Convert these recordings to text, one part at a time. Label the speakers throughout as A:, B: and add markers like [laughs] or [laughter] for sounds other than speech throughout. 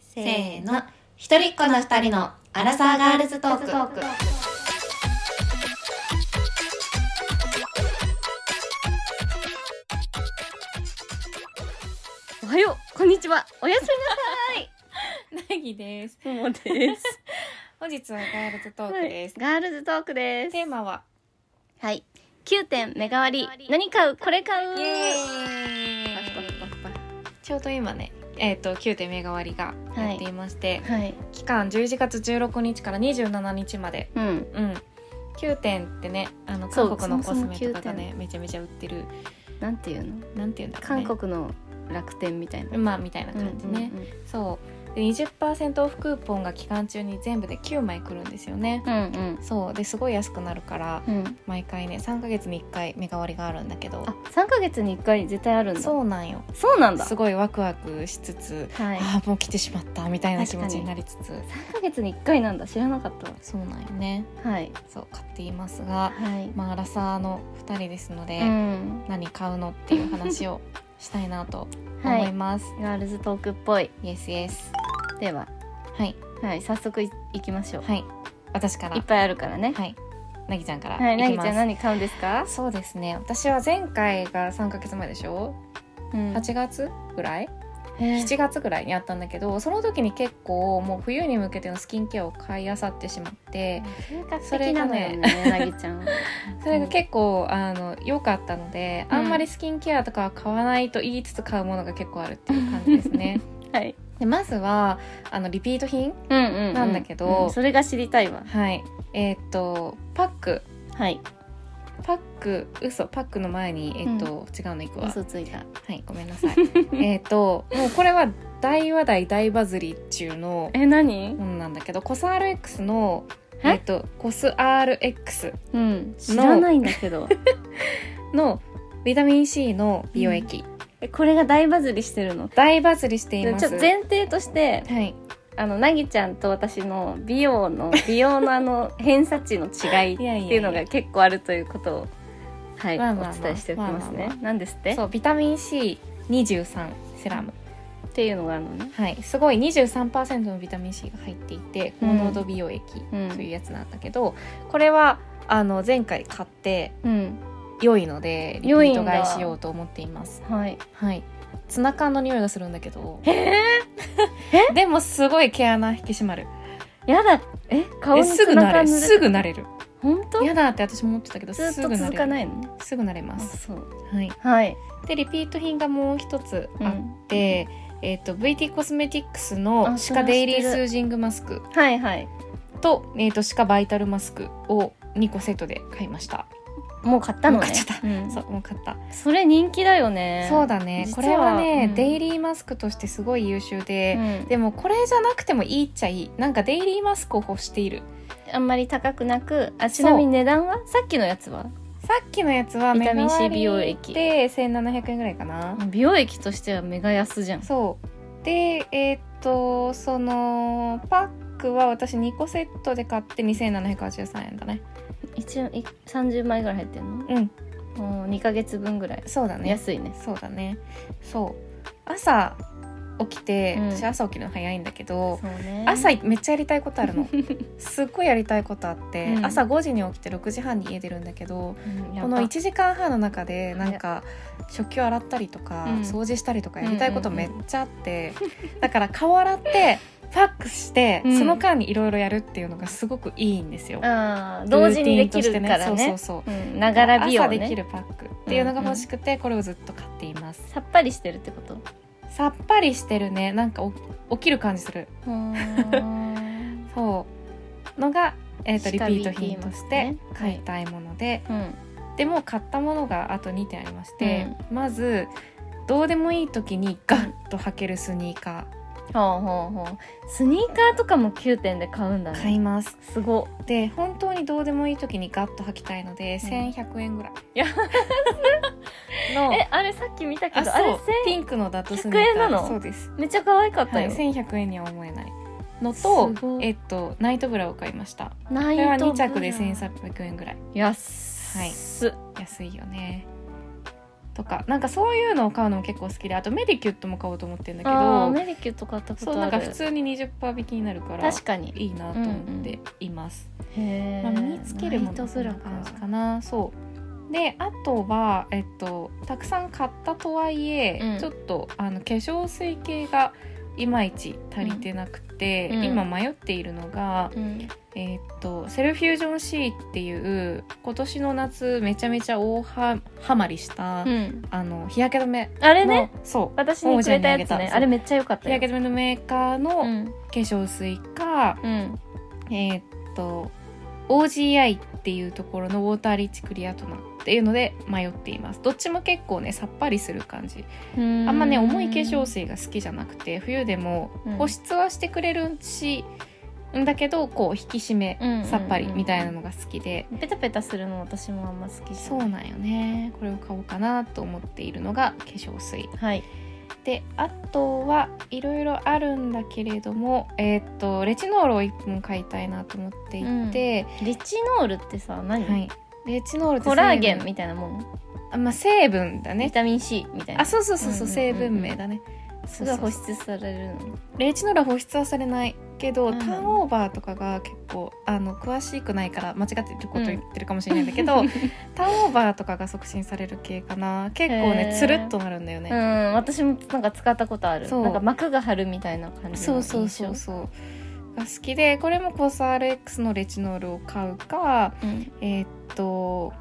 A: せーの一人っ子の二人のアラサーガールズトーク
B: おはようこんにちはおやす
A: なぎです
B: みなさいもです
A: 本日はガールズトークです、
B: ガールズトークです
A: テーマは
B: はい9点目変わり何買うこれ買う
A: イエーイ
B: パフパフパフパ
A: ちょうど今ねえっ、と9点目代わりがやっていまして、
B: フはい
A: 期間11月16日から27日まで
B: うん
A: うん9点ってねあの
B: そう
A: 韓国のコスメとか
B: そもそ
A: が
B: も
A: ねめちゃめちゃ売ってる
B: なんていうの
A: なんていうんだろう、
B: 韓
A: ね、
B: 国の楽天みたいな
A: まあみたいな感じね、そうで20%オフクーポンが期間中に全部で9枚来るんですよね
B: うんうん
A: そうですごい安くなるから
B: うんうん
A: 毎回ね3ヶ月に1回目代わりがあるんだけど
B: あ三ヶ月に一回絶対あるんだ
A: そうなんよ
B: そうなんだ
A: すごいワクワクしつつ、
B: はい
A: ああもう来てしまったみたいな気持ちになりつつ
B: 三ヶ月に一回なんだ知らなかったわ
A: そうなんよね
B: はい
A: そう買っていますが
B: はい
A: まあアラサーの2人ですので、
B: うん
A: 何買うのっていう話をしたいなと
B: [laughs] は
A: 思い
B: い
A: ます、
B: ガールズトークっぽい
A: イエスイエス
B: では
A: はい
B: はい早速い行きましょう
A: はい私から
B: いっぱいあるからね
A: はいなぎちゃんから
B: はい、な
A: 行
B: ぎ
A: き
B: ち
A: ます、
B: ゃん何買うんですか？
A: そうですね私は前回が3ヶ月前でしょ
B: うん
A: 8月ぐらい
B: えー
A: 7月ぐらいにあったんだけどその時に結構もう冬に向けてのスキンケアを買いあさってしまって
B: 計画的なのよね、なぎち [laughs] ゃんは。
A: それが結構あの良かったので、
B: うん
A: あんまりスキンケアとかは買わないと言いつつ買うものが結構あるっていう感じです
B: [laughs]
A: ね
B: はい。
A: でまずはあのリピート品
B: うんうん、うん。
A: なんだけど
B: うんそれが知りたいわ。
A: はいえーっとパック
B: はい。
A: パック嘘パックの前にえーっと、違うのいくわ
B: 嘘ついた。
A: はい、ごめんなさい。えっと、もうこれは大話題大バズり中の
B: え、何？
A: 本なんだけど、コス RX の、
B: え
A: えっと、コス RX
B: うん。知らないんだけど。
A: のビタミン C の美容液、
B: [laughs] え、これが大バズりしてるの。
A: 大バズりしてい
B: で
A: ま
B: ち
A: す。
B: ょ前提として
A: はい、
B: あのなぎちゃんと私の美容 [laughs] の美容のあの偏差値の違いって
A: やいやいや
B: いうのが結構あるということをはい
A: まあまあまあ
B: お伝えしておきます
A: まあ
B: ね
A: まあ。
B: なんですって？
A: そう、ビタミン C23 セラム。
B: っていうのがあるのね。
A: はい、すごい23%のビタミン C が入っていて、高濃度美容液と
B: うん
A: いうやつなんだけど、これは、あの、前回買って
B: うん。
A: 良いので、リピ
B: 良い
A: ー
B: んだ
A: ト買いしようと思っています。
B: はい。
A: はい。ツナ缶の匂いがするんだけど。でもすごい毛穴引き締まる。
B: やだ。え、顔
A: え
B: に
A: すぐ
B: ツナ
A: な
B: 缶
A: れ
B: 塗
A: る。
B: れ
A: すぐなれる。
B: 本当
A: 嫌だって私も思ってたけど、
B: ずっ
A: すぐ
B: と
A: なれる
B: 続かないのね
A: すぐなれま
B: あ
A: す。
B: そう
A: はい。
B: はい
A: でリピート品がもう一つあって、えっ、と VT コスメティックス
B: あ
A: の
B: そ
A: シ
B: れは
A: カ
B: 知って
A: デ
B: る
A: イリースージングマスク
B: はいはい
A: とえっ、とシカバイタルマスクを2個セットで買いました。
B: もう買ったのね
A: もう買っちゃっ
B: うん
A: そうもう買った。
B: それ人気だよね
A: そうだね。こ
B: 実は
A: れはね、
B: うん
A: デイリーマスクとしてすごい優秀で。
B: うん
A: でもこれじゃなくてもいいっちゃいいなんかデイリーマスクを欲している
B: あんまり高くなくあち
A: そう
B: なみに値段はさっきのやつは
A: さっきのやつは
B: ビタミン C
A: 目回り
B: 美容液
A: で1700円ぐらいかな、
B: 美容液としてはメガ安じゃん
A: そうでえーっとそのパックは私2個セットで買って2783円だね
B: 一応い30枚ぐらい入ってるの
A: うん
B: もう2ヶ月分ぐらい
A: そうだね
B: 安いね
A: そうだねそう朝起きて、
B: うん
A: 私朝起きるの早いんだけ
B: そ
A: ど
B: うね
A: 朝めっちゃやりたいことあ
B: [laughs]
A: るのすっごいやりたいことあって、
B: うん
A: 朝5時に起きて6時半に家出るんだけど
B: うんや
A: こ
B: ば
A: の1時間半の中でなんか食器を洗ったりとか、
B: うん
A: 掃除したりとかやりたいことめっちゃあって、だから顔洗ってファックスして、
B: うん
A: その間にいろいろやるっていうのがすごくいいんですよ。
B: あー同時にできるから
A: ルーティンとして
B: ね
A: そうそうそう
B: うんながら美容
A: 朝でき
B: ね
A: るパックっていうのが欲しくて、これをずっと買っています
B: さっぱりしてるってこと
A: さっぱりしてるねなんかお起きる感じする
B: うー [laughs] ん
A: そうのが、えー、とリピート品として買いたいもので、
B: うん
A: でも買ったものがあと2点ありまして、まずどうでもいい時にガッと履けるスニーカ
B: ほうほうほうスニーカーとかも9点で買うんだ
A: ー
B: ね
A: 買います、
B: すご
A: で本当にどうでもいい時にガッと履きたいので、
B: うん
A: 1100円ぐらい [laughs] の
B: [laughs] えあれさっき見たけ
A: あ
B: どあれ
A: そう
B: 1000
A: ピンクのダットスニーカー
B: 100円なの
A: そうです、
B: めっちゃ可愛かっ
A: は
B: た
A: い、
B: よ、
A: 1100円には思えないのと
B: すごい
A: えっとナイトブラを買いました
B: ナ
A: こ
B: イ
A: れは
B: ト
A: 2
B: ブラ
A: 着で1300円ぐらい
B: 安っ
A: 安いよねとかなんかそういうのを買うのも結構好きであとメディキュットも買おうと思ってるんだけ
B: あー
A: ど
B: メディキュット買ったことあ
A: そ
B: る
A: うなんか普通に20%引きになるから
B: 確かに
A: いいなと思っています、
B: へ
A: まあ、身につけるもの
B: そんな
A: 感じかなそうであとは、えっと、たくさん買ったとはいえ、
B: うん
A: ちょっとあの化粧水系がいまいち足りてなくて、
B: うん
A: 今迷っているのが、
B: うん
A: えーっとセルフュージョン C っていう今年の夏めちゃめちゃ大ははまりした、
B: うん
A: あの日焼け止め
B: あれ
A: の、
B: ね
A: そう
B: 私にくれたやつ
A: 王者にあげ
B: ね
A: た
B: あれめっちゃ良かった
A: 日
B: よ
A: 焼け止めのメーカーの
B: う
A: 化
B: ん
A: 粧水か、
B: うん
A: えーっと OGI っていうところのウォーターリッチクリアトナっていうので迷っていますどっちも結構ねさっぱりする感じあんまね重い化粧水が好きじゃなくて冬でも
B: うん
A: 保湿はしてくれるし、んだけどこう引き締め、
B: うんうんうんうん
A: さっぱりみたいなのが好きで
B: ペタペタするの私もあんま好きじゃ
A: そうなんよねこれを買おうかなと思っているのが化粧水
B: はい
A: であとはいろいろあるんだけれどもえーっとレチノールを1本買いたいなと思っていて、
B: レチノールってさ何、
A: はい、レチノールって
B: コラーゲン
A: 成分
B: みたいなもん
A: あ、まあ、成分だ
B: ビ
A: ね
B: タミン C みたいな
A: あそうそうそうそう,、
B: うんうんうんうん
A: 成分名だね
B: そ
A: そ
B: う
A: そ
B: が
A: う
B: 保湿されるの
A: レチノールは保湿はされないけど、
B: うん
A: ターンオーバーとかが結構あの詳しくないから間違ってること言ってるかもしれないんだけど、 [laughs] ターンオーバーとかが促進される系かな結構
B: へ
A: ね
B: ー
A: つるっとなるんだよね、
B: うん私もなんか使ったことある
A: そう
B: なんか膜が張るみたいな感じの印象
A: そうそうそうそうが好きでこれもコサ RX のレチノールを買うか
B: うん
A: えーっと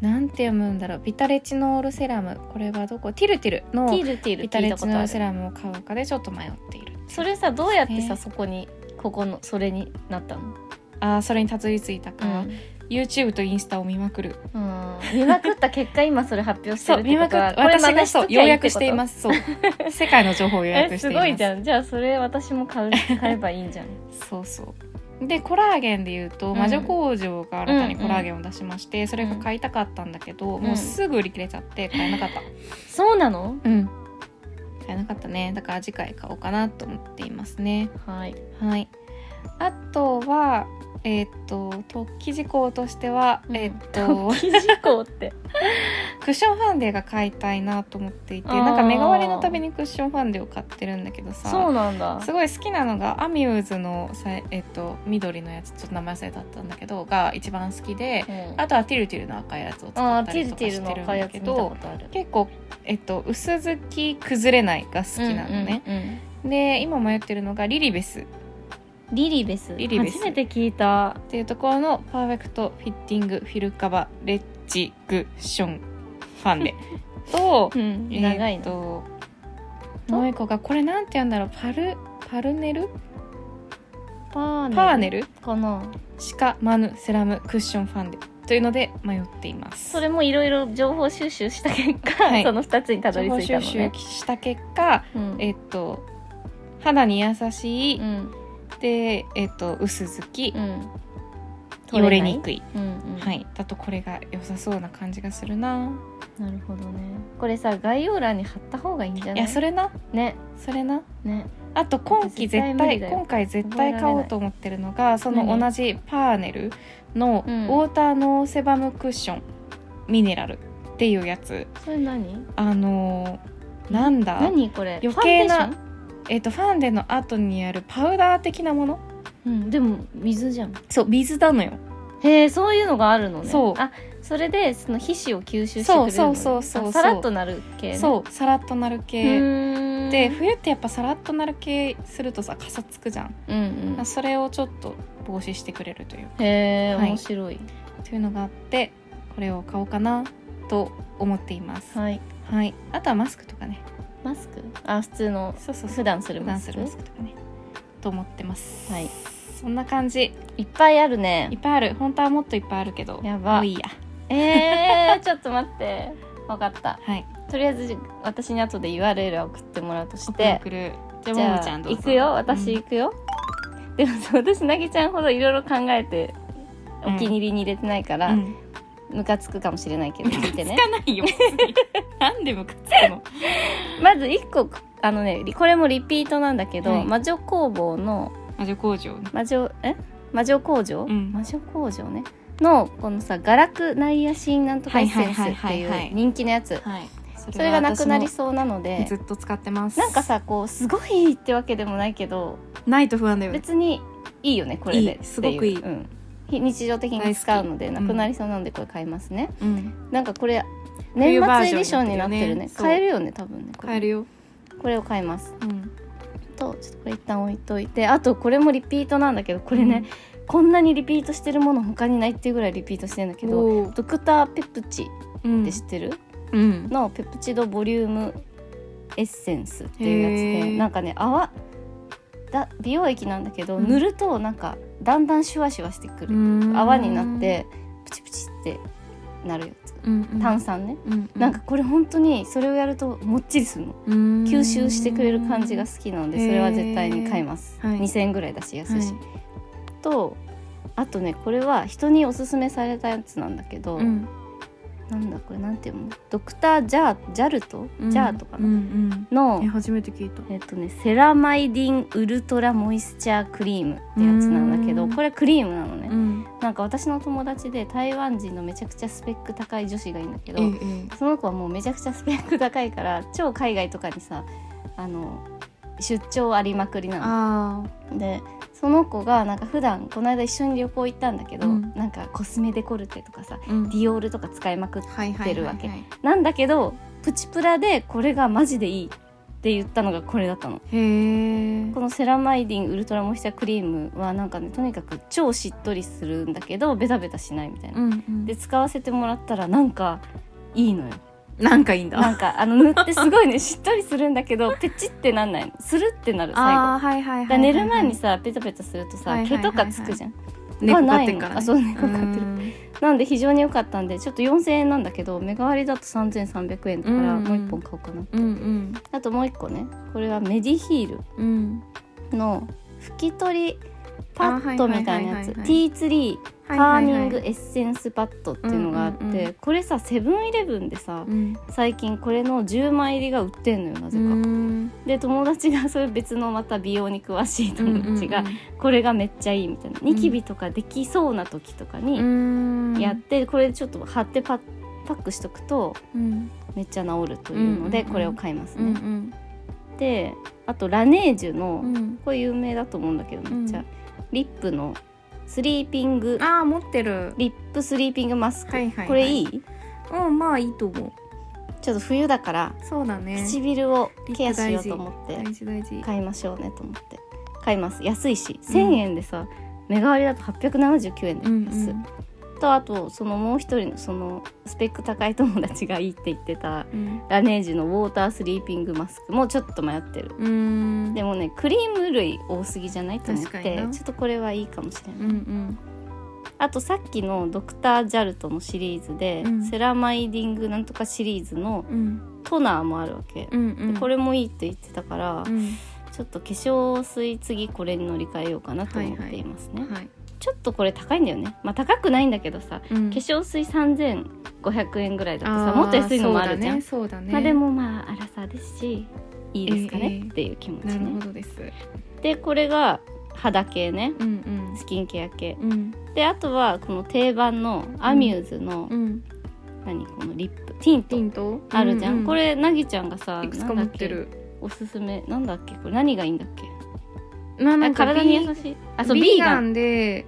A: なんて読むんだろうビタレチノールセラムこれはどこティルティル
B: テ
A: の
B: ィルティル
A: ビタ
B: 聞い
A: レ
B: たこと
A: チノー
B: あ
A: ル
B: る
A: セラムを買うかでちょっと迷っている
B: それさどうやって
A: ね
B: さそこにここのそれになったの
A: あーそれにたどり着いたか、
B: うん
A: YouTube とインスタを見まくる
B: うん見まくった結果今それ発表して
A: そ
B: る
A: う
B: って
A: 見ま
B: こ
A: く
B: と
A: っ
B: は
A: た私
B: これ真
A: が
B: 似しと
A: そ
B: きゃ
A: う要約してい
B: いいって
A: ますそう
B: [laughs]
A: 世界の情報を
B: こ
A: 予
B: と
A: 約
B: え
A: して
B: す
A: いま
B: ご
A: す
B: いじゃんじゃあそれ私も
A: [laughs]
B: 買う買えばいいんじゃん
A: そうそうでコラーゲンでいうと、
B: うん
A: 魔女工場が新たにコラーゲンを出しまして、それが買いたかったんだけど、
B: ん
A: もうすぐ売り切れちゃって買えなかった
B: そうなの
A: うん買えなかったねだから次回買おうかなと思っていますね
B: はい
A: はいあとはえーっ、と突起事項としては、
B: うん
A: えーっ
B: [laughs]
A: と
B: 記事項っ
A: [laughs]
B: て
A: クッションファンデが買いたいなと思っていて
B: あー
A: なんか目代わりのためにクッションファンデを買ってるんだけどさ
B: そうなんだ
A: すごい好きなのがアミューズのさ、えっと、緑のやつちょっと名前忘れだったんだけどが一番好きで
B: うん
A: あとはティルティルの赤いやつを使
B: あ
A: っ
B: ー
A: た
B: ティ
A: りと
B: ル
A: か
B: ティ
A: し
B: ル
A: て
B: の
A: るん
B: 赤い
A: だ
B: やつ
A: け
B: 見たこ
A: ど
B: とある
A: 結構、えっと、薄づき崩れないが好きなのね、
B: うんうんうん
A: で今迷ってるのがリリベスっ
B: リリベス
A: リリベス
B: 初めて聞いた
A: ていうところのパーフェクトフィッティングフィルカバレッジクッションファ
B: [laughs]
A: ンデと
B: うん長い
A: えーっ
B: の、
A: ともう一個がこれなんて言うんだろうパルパルネル
B: パーネル
A: パーネル
B: かな
A: シカマヌセラムクッションファンデというので迷っています
B: それもいろいろ情報収集した結果、
A: はい
B: その2つにたどり着いたの
A: 情報
B: ね
A: 収集した結果
B: うん
A: えっと肌に優しい、
B: うん
A: でえっと薄づき
B: う、ん
A: よれにくい、
B: うんうん
A: はいだとこれが良さそうな感じがするな、
B: なるほどねこれさ概要欄に貼った方がいいんじゃない
A: いやそれな
B: ね
A: それな
B: ね
A: あと今期絶
B: 絶対無
A: 対
B: 理だよ
A: 今回絶対買おうと思ってるのがその
B: 何
A: 同じパーネルのウ
B: うん
A: ォーターノーセバムクッションミネラルっていうやつ
B: それ何
A: あのーなんだ
B: 何これ
A: 余計な
B: ファンデーシ
A: えっとファンデの後にあるパウダー的なもの
B: ョンうんでも水じゃん
A: そう水なのよ
B: へえそういうのがあるのね
A: そう
B: あそれでその皮脂を吸収してくれるのね
A: そうそうそうそう
B: あさらっとなる系ね
A: そうさらっとなる
B: う
A: 系
B: ーん
A: で冬ってやっぱさらっとなる系するとさかさつくじゃん、
B: うんうん
A: まあそれをちょっと防止してくれるという
B: へえ、
A: はい
B: 面白い
A: というのがあってこれを買おうかなと思っていますはい、
B: はい
A: あとはマスクとかね
B: マスクあ普通の
A: そうそうそう
B: 普段する
A: 普
B: マ
A: 段
B: ス
A: す
B: ク
A: るマスクとかねと思ってます
B: はい
A: そんな感じ
B: いっぱいある
A: いっ
B: ね
A: ぱいある本当はもっといっぱいあるけど
B: やば
A: もういいや [laughs]
B: えー、ちょっと待って分かった
A: はい
B: とりあえず私に後で URL を送ってもらうとし
A: 送る
B: て
A: 送るじゃ
B: じ
A: あも
B: ゃ
A: もちゃ
B: あ
A: んどうぞ
B: 行くよ私行くよ、でもさ私なぎちゃんほどいろいろ考えて
A: うん
B: お気に入りに入れてないから、
A: うん
B: ムカつくかもしれないけ
A: [laughs]
B: ど聞いてね
A: ムカつかないよ。別になんでムカつくの？
B: まず一個あのねこれもリピートなんだけど、
A: はい
B: 魔女工房の
A: 魔女工場ね。
B: 魔女え魔女工場、
A: うん
B: 魔女工場ねのこのさガラクナイアシンなんとかエッセンスっ
A: は
B: て
A: い
B: い
A: はいはいはいは
B: う
A: い
B: 人気のやつ
A: はいそ
B: それがなくなり
A: う
B: そうなので
A: ずっと使ってます
B: なんかさこうすごいってわけでもないけど
A: ないと不安だよね
B: 別にいいよねこれで
A: いい
B: ってう
A: すごくいい
B: うんひ日常的に使うので
A: 大
B: な
A: 好き
B: くなりそうなのでこれ買いますね、
A: うん
B: なんかこれ
A: 冬
B: 年
A: バー
B: 末エデ
A: ジョン
B: ィションになってるね
A: になってるねそう
B: 買えるよね多分ねこれ
A: 買えるよ
B: これを買います
A: うん
B: とちょっとこれ一旦置いといてあとこれもリピートなんだけどこれね、こんなにリピートしてるもの他にないっていうぐらいリピートしてるんだけど
A: ど
B: ドクターペプチ
A: うん
B: って知ってる、
A: うん
B: のペプチドボリュームエッセンスっていうやつ
A: へ
B: で
A: ー
B: なんかね泡だ美容液なんだけど、
A: うん
B: 塗るとなんかだんだんシュワシュワしてく
A: う
B: る、
A: ん
B: 泡になってプチプチってなるやつ炭酸ね、
A: 酸
B: なんかこれ本当にそれをやるともっちりするの吸
A: 吸
B: 収してくれる感じが好きなので
A: うん
B: それは絶対に買います、
A: へーはい
B: 2,000円ぐらいだし安いし、とあとねこれは人におすすめされたやつなんだけど、
A: うん
B: なんだこれなんていうのドクタージャージャルト、
A: うん
B: ジャーとかな、
A: うんうん
B: の
A: え初めて聞いた
B: えっとね、セラマイディンウルトラモイスチャークリームってやつなんだけ
A: う
B: ど
A: ん
B: これクリームなのね、
A: うん
B: なんか私の友達で台湾人のめちゃくちゃスペック高い女子がいるんだけど、
A: ええ
B: その子はもうめちゃくちゃスペック高いから超海外とかにさあの出張ありまくりな
A: あ
B: のでその子がなんか普段この間一緒に旅行行ったんだけど、
A: うん
B: なんかコスメデコルテとかさ
A: ーうん
B: ディオールとか使いまくっ
A: はいはいはいはい
B: 出るわけなんだけどプチプラでこれがマジでいいって言ったのがこれだったの。
A: へえ
B: このセラマイディンウルトラモヒチャクリームはなんかねとにかく超しっとりするんだけどベタベタしないみたいな、
A: うんうん
B: で使わせてもらったらなんかいい
A: [laughs]
B: のよ
A: なんかいいん
B: なん
A: だ
B: かあの塗ってすごいね [laughs] しっとりするんだけどペチってなんないのするってなる最後
A: あーはいはいはい
B: だから寝る前にさペタペタするとさ、
A: はいはいはいはい
B: 毛とかつくじゃん
A: 猫飼ってるから
B: あ
A: ね
B: そう猫飼ってる
A: る
B: なんで非常に良かったんでちょっと4000円なんだけど目代わりだと3300円だから
A: うん
B: もう一本買おうかな、
A: うん
B: あともう一個ねこれはメディヒール
A: うんうん
B: の拭き取りパッドみたいなやつ
A: あはいはいはいはいは
B: テ
A: い
B: ィーツリー
A: は
B: カ
A: いは
B: ー
A: い
B: ニ
A: は
B: ン
A: い
B: グエッセンスパッドっていうのがあって、
A: うんうんうん
B: これさセブンイレブンでさ
A: うん
B: 最近これの10枚入りが売ってんのよなぜか、
A: うん
B: で友達が [laughs] そういう別のまた美容に詳しい友達が、これがめっちゃいいみたいな、
A: ん
B: ニキビとかできそうな時とか
A: う
B: に
A: んうん
B: やって、これちょっと貼ってパッパックしとくと
A: うん
B: めっちゃ治るというので、
A: うんうんうん
B: これを買います
A: う
B: ね、
A: ん
B: であとラネージュの、
A: うん
B: これ有名だと思うんだけどめっちゃ、
A: うん
B: リップのスリーピング
A: ああ持ってる
B: リップスリーピングマスク、
A: はいはいはい
B: これいい
A: うんまあいいと思う
B: ちょっと冬だから
A: そうだね
B: 唇を
A: リップ
B: ケアしよう
A: 大事
B: と思って
A: 大事大事
B: 買いましょうねと思って買います安いし1,000円でさ、目代わりだと879円で
A: う
B: 買い
A: ん
B: ます、とあとそのもう一人のそのスペック高い友達がいいって言ってた
A: うん
B: ラネージュのウォータースリーピングマスクもちょっと迷ってる
A: うん
B: でもねクリーム類多すぎじゃないと思っ
A: 確かに
B: て
A: な
B: ちょっとこれはいいかもしれない、
A: うん
B: あとさっきのドクター・ジャルトのシリーズで、
A: うん
B: セラマイディングなんとかシリーズの
A: うんうん
B: トナーもあるわけ、
A: うんうん
B: でこれもいいって言ってたから、
A: うん
B: ちょっと化粧水次これに乗り換えようかなと思っていますね、
A: はい
B: ちょっとこれ高いんだよねまあ高くないんだけどさ
A: 化
B: 化粧水3500円ぐらいだとさもっと安いのもあるじゃん、
A: そうだねそうだね
B: まあでもまあ荒さですしいいですか
A: えええ
B: ね
A: え
B: っていう気持ち
A: なるほ
B: ね
A: どです
B: でこれが肌系ね
A: うん
B: スキンケア系
A: うんうん
B: であとはこの定番のアミューズの、
A: うん
B: 何このリップティント
A: ピント
B: あるじゃん、
A: うう
B: これなぎちゃんがさ
A: いくつか持って
B: なん
A: る
B: だっけおすすめなんだっけこれ何がいいんだっけ
A: まあなん
B: あ
A: か
B: 体に優
A: ビー
B: しいあそう
A: ビ
B: ビ
A: ー
B: ーガ
A: ガ
B: ン
A: ンで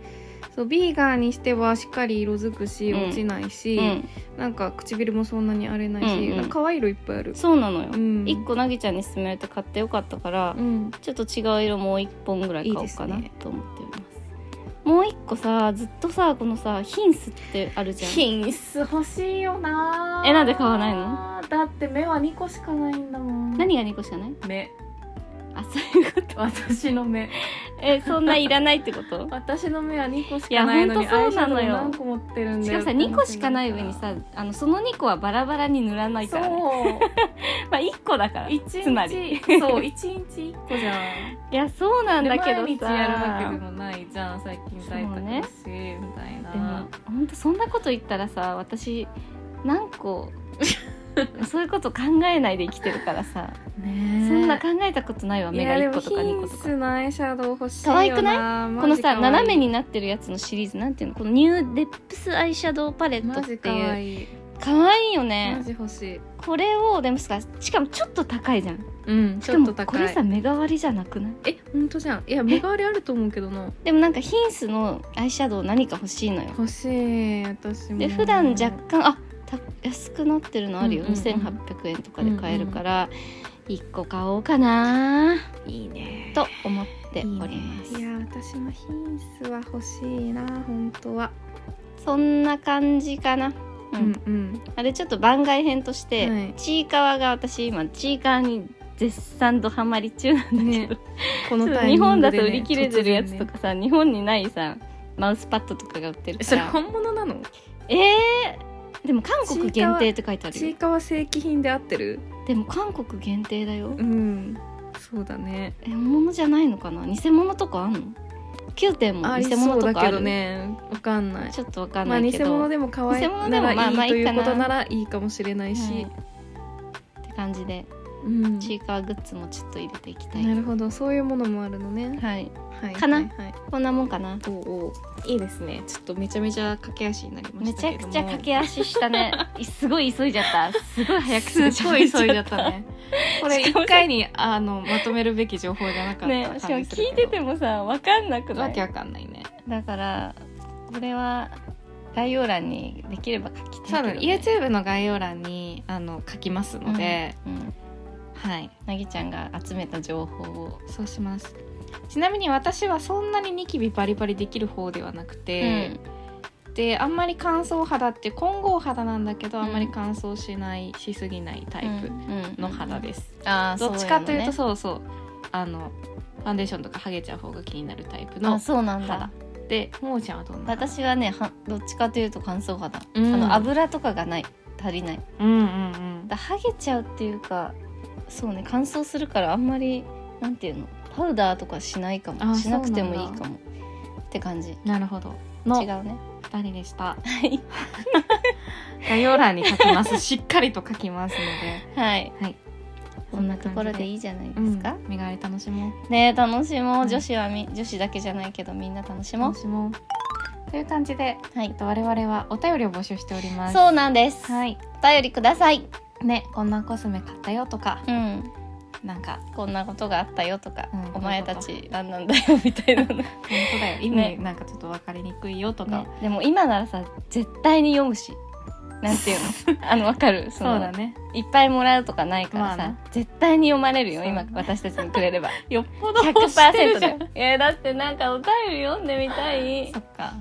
A: そうビーガンにしてはしっかり色づくし
B: うん
A: 落ちないし、
B: うん、
A: なんか唇もそんなに荒れないし、
B: うんうん
A: なんか可愛い色いっぱいある、
B: そうなのよ、
A: うん、
B: 一1個なぎちゃんに勧められて買ってよかったから、
A: うん
B: ちょっと違う色もう1本ぐらい買おうかない
A: いですね
B: と思っておりますもう1個さずっとさこのさヒンスってあるじゃん
A: ンス欲しいよな
B: えなんで買わないの
A: だって目は2個しかないんだもん
B: 何が2個しかない
A: 目
B: あそういうこと
A: 私の目
B: [laughs] え [laughs] そんないらないってこと
A: 私の目は2個し
B: いや
A: かないのに
B: ほんとそうなのよ
A: アイシャドウ何個持ってるんだよ
B: しかもさ
A: って
B: 2個しかない上にさあのその2個はバラバラに塗らない
A: そ
B: から、ね、
A: う
B: まあ1個だから
A: 一
B: つまり
A: 日そう一日一個じゃん
B: いやそう [laughs] なんだけどさ
A: で毎日やるわけでもないじゃん最近在宅だし、みたい
B: でも
A: な [laughs]
B: 本当そんなこと言ったらさ私何個そういうこと考えないで生きてるからさそ
A: ねえ
B: んな考えたことないわ目が1個とか2個と
A: いやでもヒン
B: か
A: スのアイシャドウ欲しいよな
B: 可愛くないこのさ斜めになってるやつのシリーズなんていうのこのニューデップスアイシャドウパレット
A: マ
B: っ
A: ジ
B: て
A: 可
B: いう
A: 愛い
B: 可愛いよ
A: マ
B: ね
A: ジ欲しい
B: これをでもさしかもちょっと高いじゃん
A: うん
B: し
A: ち
B: か
A: ょっと
B: も
A: 高い
B: これさ目代わりじゃなくない
A: え本当じゃんいや目代わりあると思うけどな
B: でもなんかヒンスのアイシャドウ何か欲しいのよ
A: 欲しい私も
B: で普段若干あた安くなってるのあるよ、
A: うんうんうん
B: 2800円とかで買えるから、一1個買おうかない
A: いね
B: と思っております
A: いや私もヒンスは欲しいな本当は
B: そんな感じかな、う
A: うんん
B: あれちょっと番外編として、
A: はい
B: ちいかわが私今ちいかわに絶賛ドハマり中なんだけど、
A: ねこの
B: ちょっと
A: タイミ
B: 日
A: ングでね
B: 本だと売り切れてるやつと
A: 突然ね
B: かさ、日本にないさマウスパッドとかが売ってるか
A: それ
B: ら
A: 本物なの
B: えー、でも韓国限定って書いてある
A: ちい
B: よ
A: かわ正規品で合ってる
B: でも韓国限定だよ
A: うんそうだね
B: え本物じゃないのかな偽物とかあんの ?9 点も
A: あり
B: 偽
A: そ
B: 物
A: う
B: と
A: だ
B: かあ
A: け
B: る
A: どねわかんない
B: ちょっとわかんな
A: まあ
B: い
A: 偽
B: けど、
A: 物でも可愛
B: 偽
A: い
B: 物で
A: な
B: も
A: らいい,、
B: まあまあいい
A: とい
B: か
A: う
B: な
A: ことならいいかもしれないし、
B: はいって感じで
A: うん
B: チーカーグッズもちょっと入れていきたい、
A: なるほどそういうものもあるのね、
B: はい
A: はい、
B: かな
A: はいはい
B: こんなもんかな
A: おうおういいですねちょっとめちゃめちゃ駆け足になりま
B: め
A: し
B: ち
A: た
B: ゃ
A: けど
B: く
A: も
B: ちゃ駆け足した
A: [laughs]
B: ねいすごい急いじゃったすごい早く
A: すっごい急いじゃ
B: っ
A: った
B: [laughs]
A: ねこれ
B: しかも
A: 一回にあのまとめるべき情報じゃなかったた
B: [laughs] ね
A: 感
B: し
A: じ
B: かも
A: する
B: 聞い
A: け
B: て
A: ど
B: てもさわかんなくな
A: わ
B: い
A: けわかんないね
B: だからこれは概要欄にできれば書きた
A: 多
B: いけど、
A: 分
B: ね、
A: YouTube の概要欄にあの書きますので、
B: うん、うん
A: はい
B: なぎちゃんが集めた情報を、
A: そうしますちなみに私はそんなにニキビバリバリできる方ではなくて、であんまり乾燥肌って混合肌なんだけど、
B: うん
A: あんまり乾燥しないしすぎないタイプ
B: プ
A: の肌です、
B: あー
A: どっちかというと
B: そ
A: そうそうあのファンデーションとかハゲちゃう方が気になるタイ
B: う
A: プ
B: やねあ
A: の
B: そうなんだ
A: 肌でももちゃんはどんな肌
B: 私はねはどっちかというと乾燥肌、
A: うん
B: あの油とかがない足りない
A: うんうんうん
B: だハゲちゃうっていうかそうね乾燥するからあんまりなんていうのパウダーとかしないかも
A: あ
B: しなくても
A: そう
B: い
A: ないんだ
B: かもって感じ違
A: なるほど
B: う
A: の
B: ね
A: 2人でした
B: はい、
A: [laughs] 概要欄に書きますしっかりと書きますので
B: はい、
A: はい
B: こんなところでいいじゃないですか、
A: 身代わり楽しもう
B: ね楽しも
A: う
B: うん女子はみ女子だけじゃないけどみんな楽しもう
A: 楽しもうという感じで
B: はい
A: えっと我々はお便りを募集しております
B: そうなんです、
A: はい
B: お便りください
A: ねこんなコスメ買ったよとか
B: うん
A: なんか
B: こんなことがあったよとか、
A: うん
B: お前たち何なんだよみたいなの、ね、
A: 本当だよ意
B: ね
A: 味なんかちょっと分かりにくいよとか、
B: でも今ならさ絶対に読むしなんていう [laughs] のあのわかる
A: そ
B: そうの
A: だね
B: いっぱいもらうとかないからさ、
A: まあね
B: 絶対に読まれるよ
A: そう
B: 今私たちにくれれ [laughs] ば
A: よっぽど欲して
B: 100%
A: るじ
B: だ
A: ゃ
B: よ
A: ん
B: いやだってなんかお便り読んでみたい
A: そっか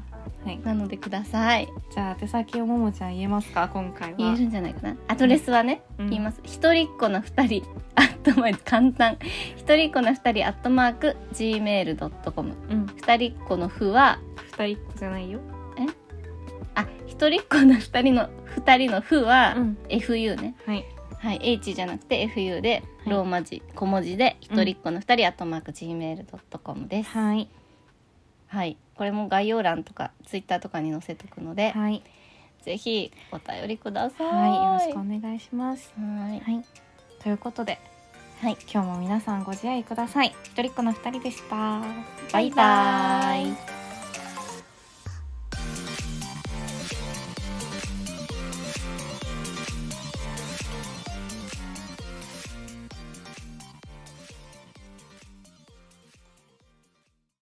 A: はい
B: なのでください
A: じゃあ手先をももちゃん言えますか今回は
B: 言えるんじゃないかなアドレスはね、
A: うん
B: 言います一人っ子の二人アットマーク簡単一人っ子の二人アットマーク gmail.com
A: うん
B: 二人っ子のふは
A: 二人っ子じゃないよ
B: あ一人っ子の二人の二人の「ふ」は
A: うん
B: FU ね、
A: はい
B: はい、H じゃなくて FU で
A: はい
B: ローマ字小文字で一
A: うん
B: 人っ子の二人、アットマーク Gmail.com です、はい
A: はい
B: これも概要欄とかツイッターとかに載せとくので、
A: はい
B: ぜひお便りください
A: はいよろ
B: し
A: しくお願いします
B: くはい
A: はいということで
B: はい
A: 今日も皆さんご自愛ください一人っ子の二人でした
B: バイバイ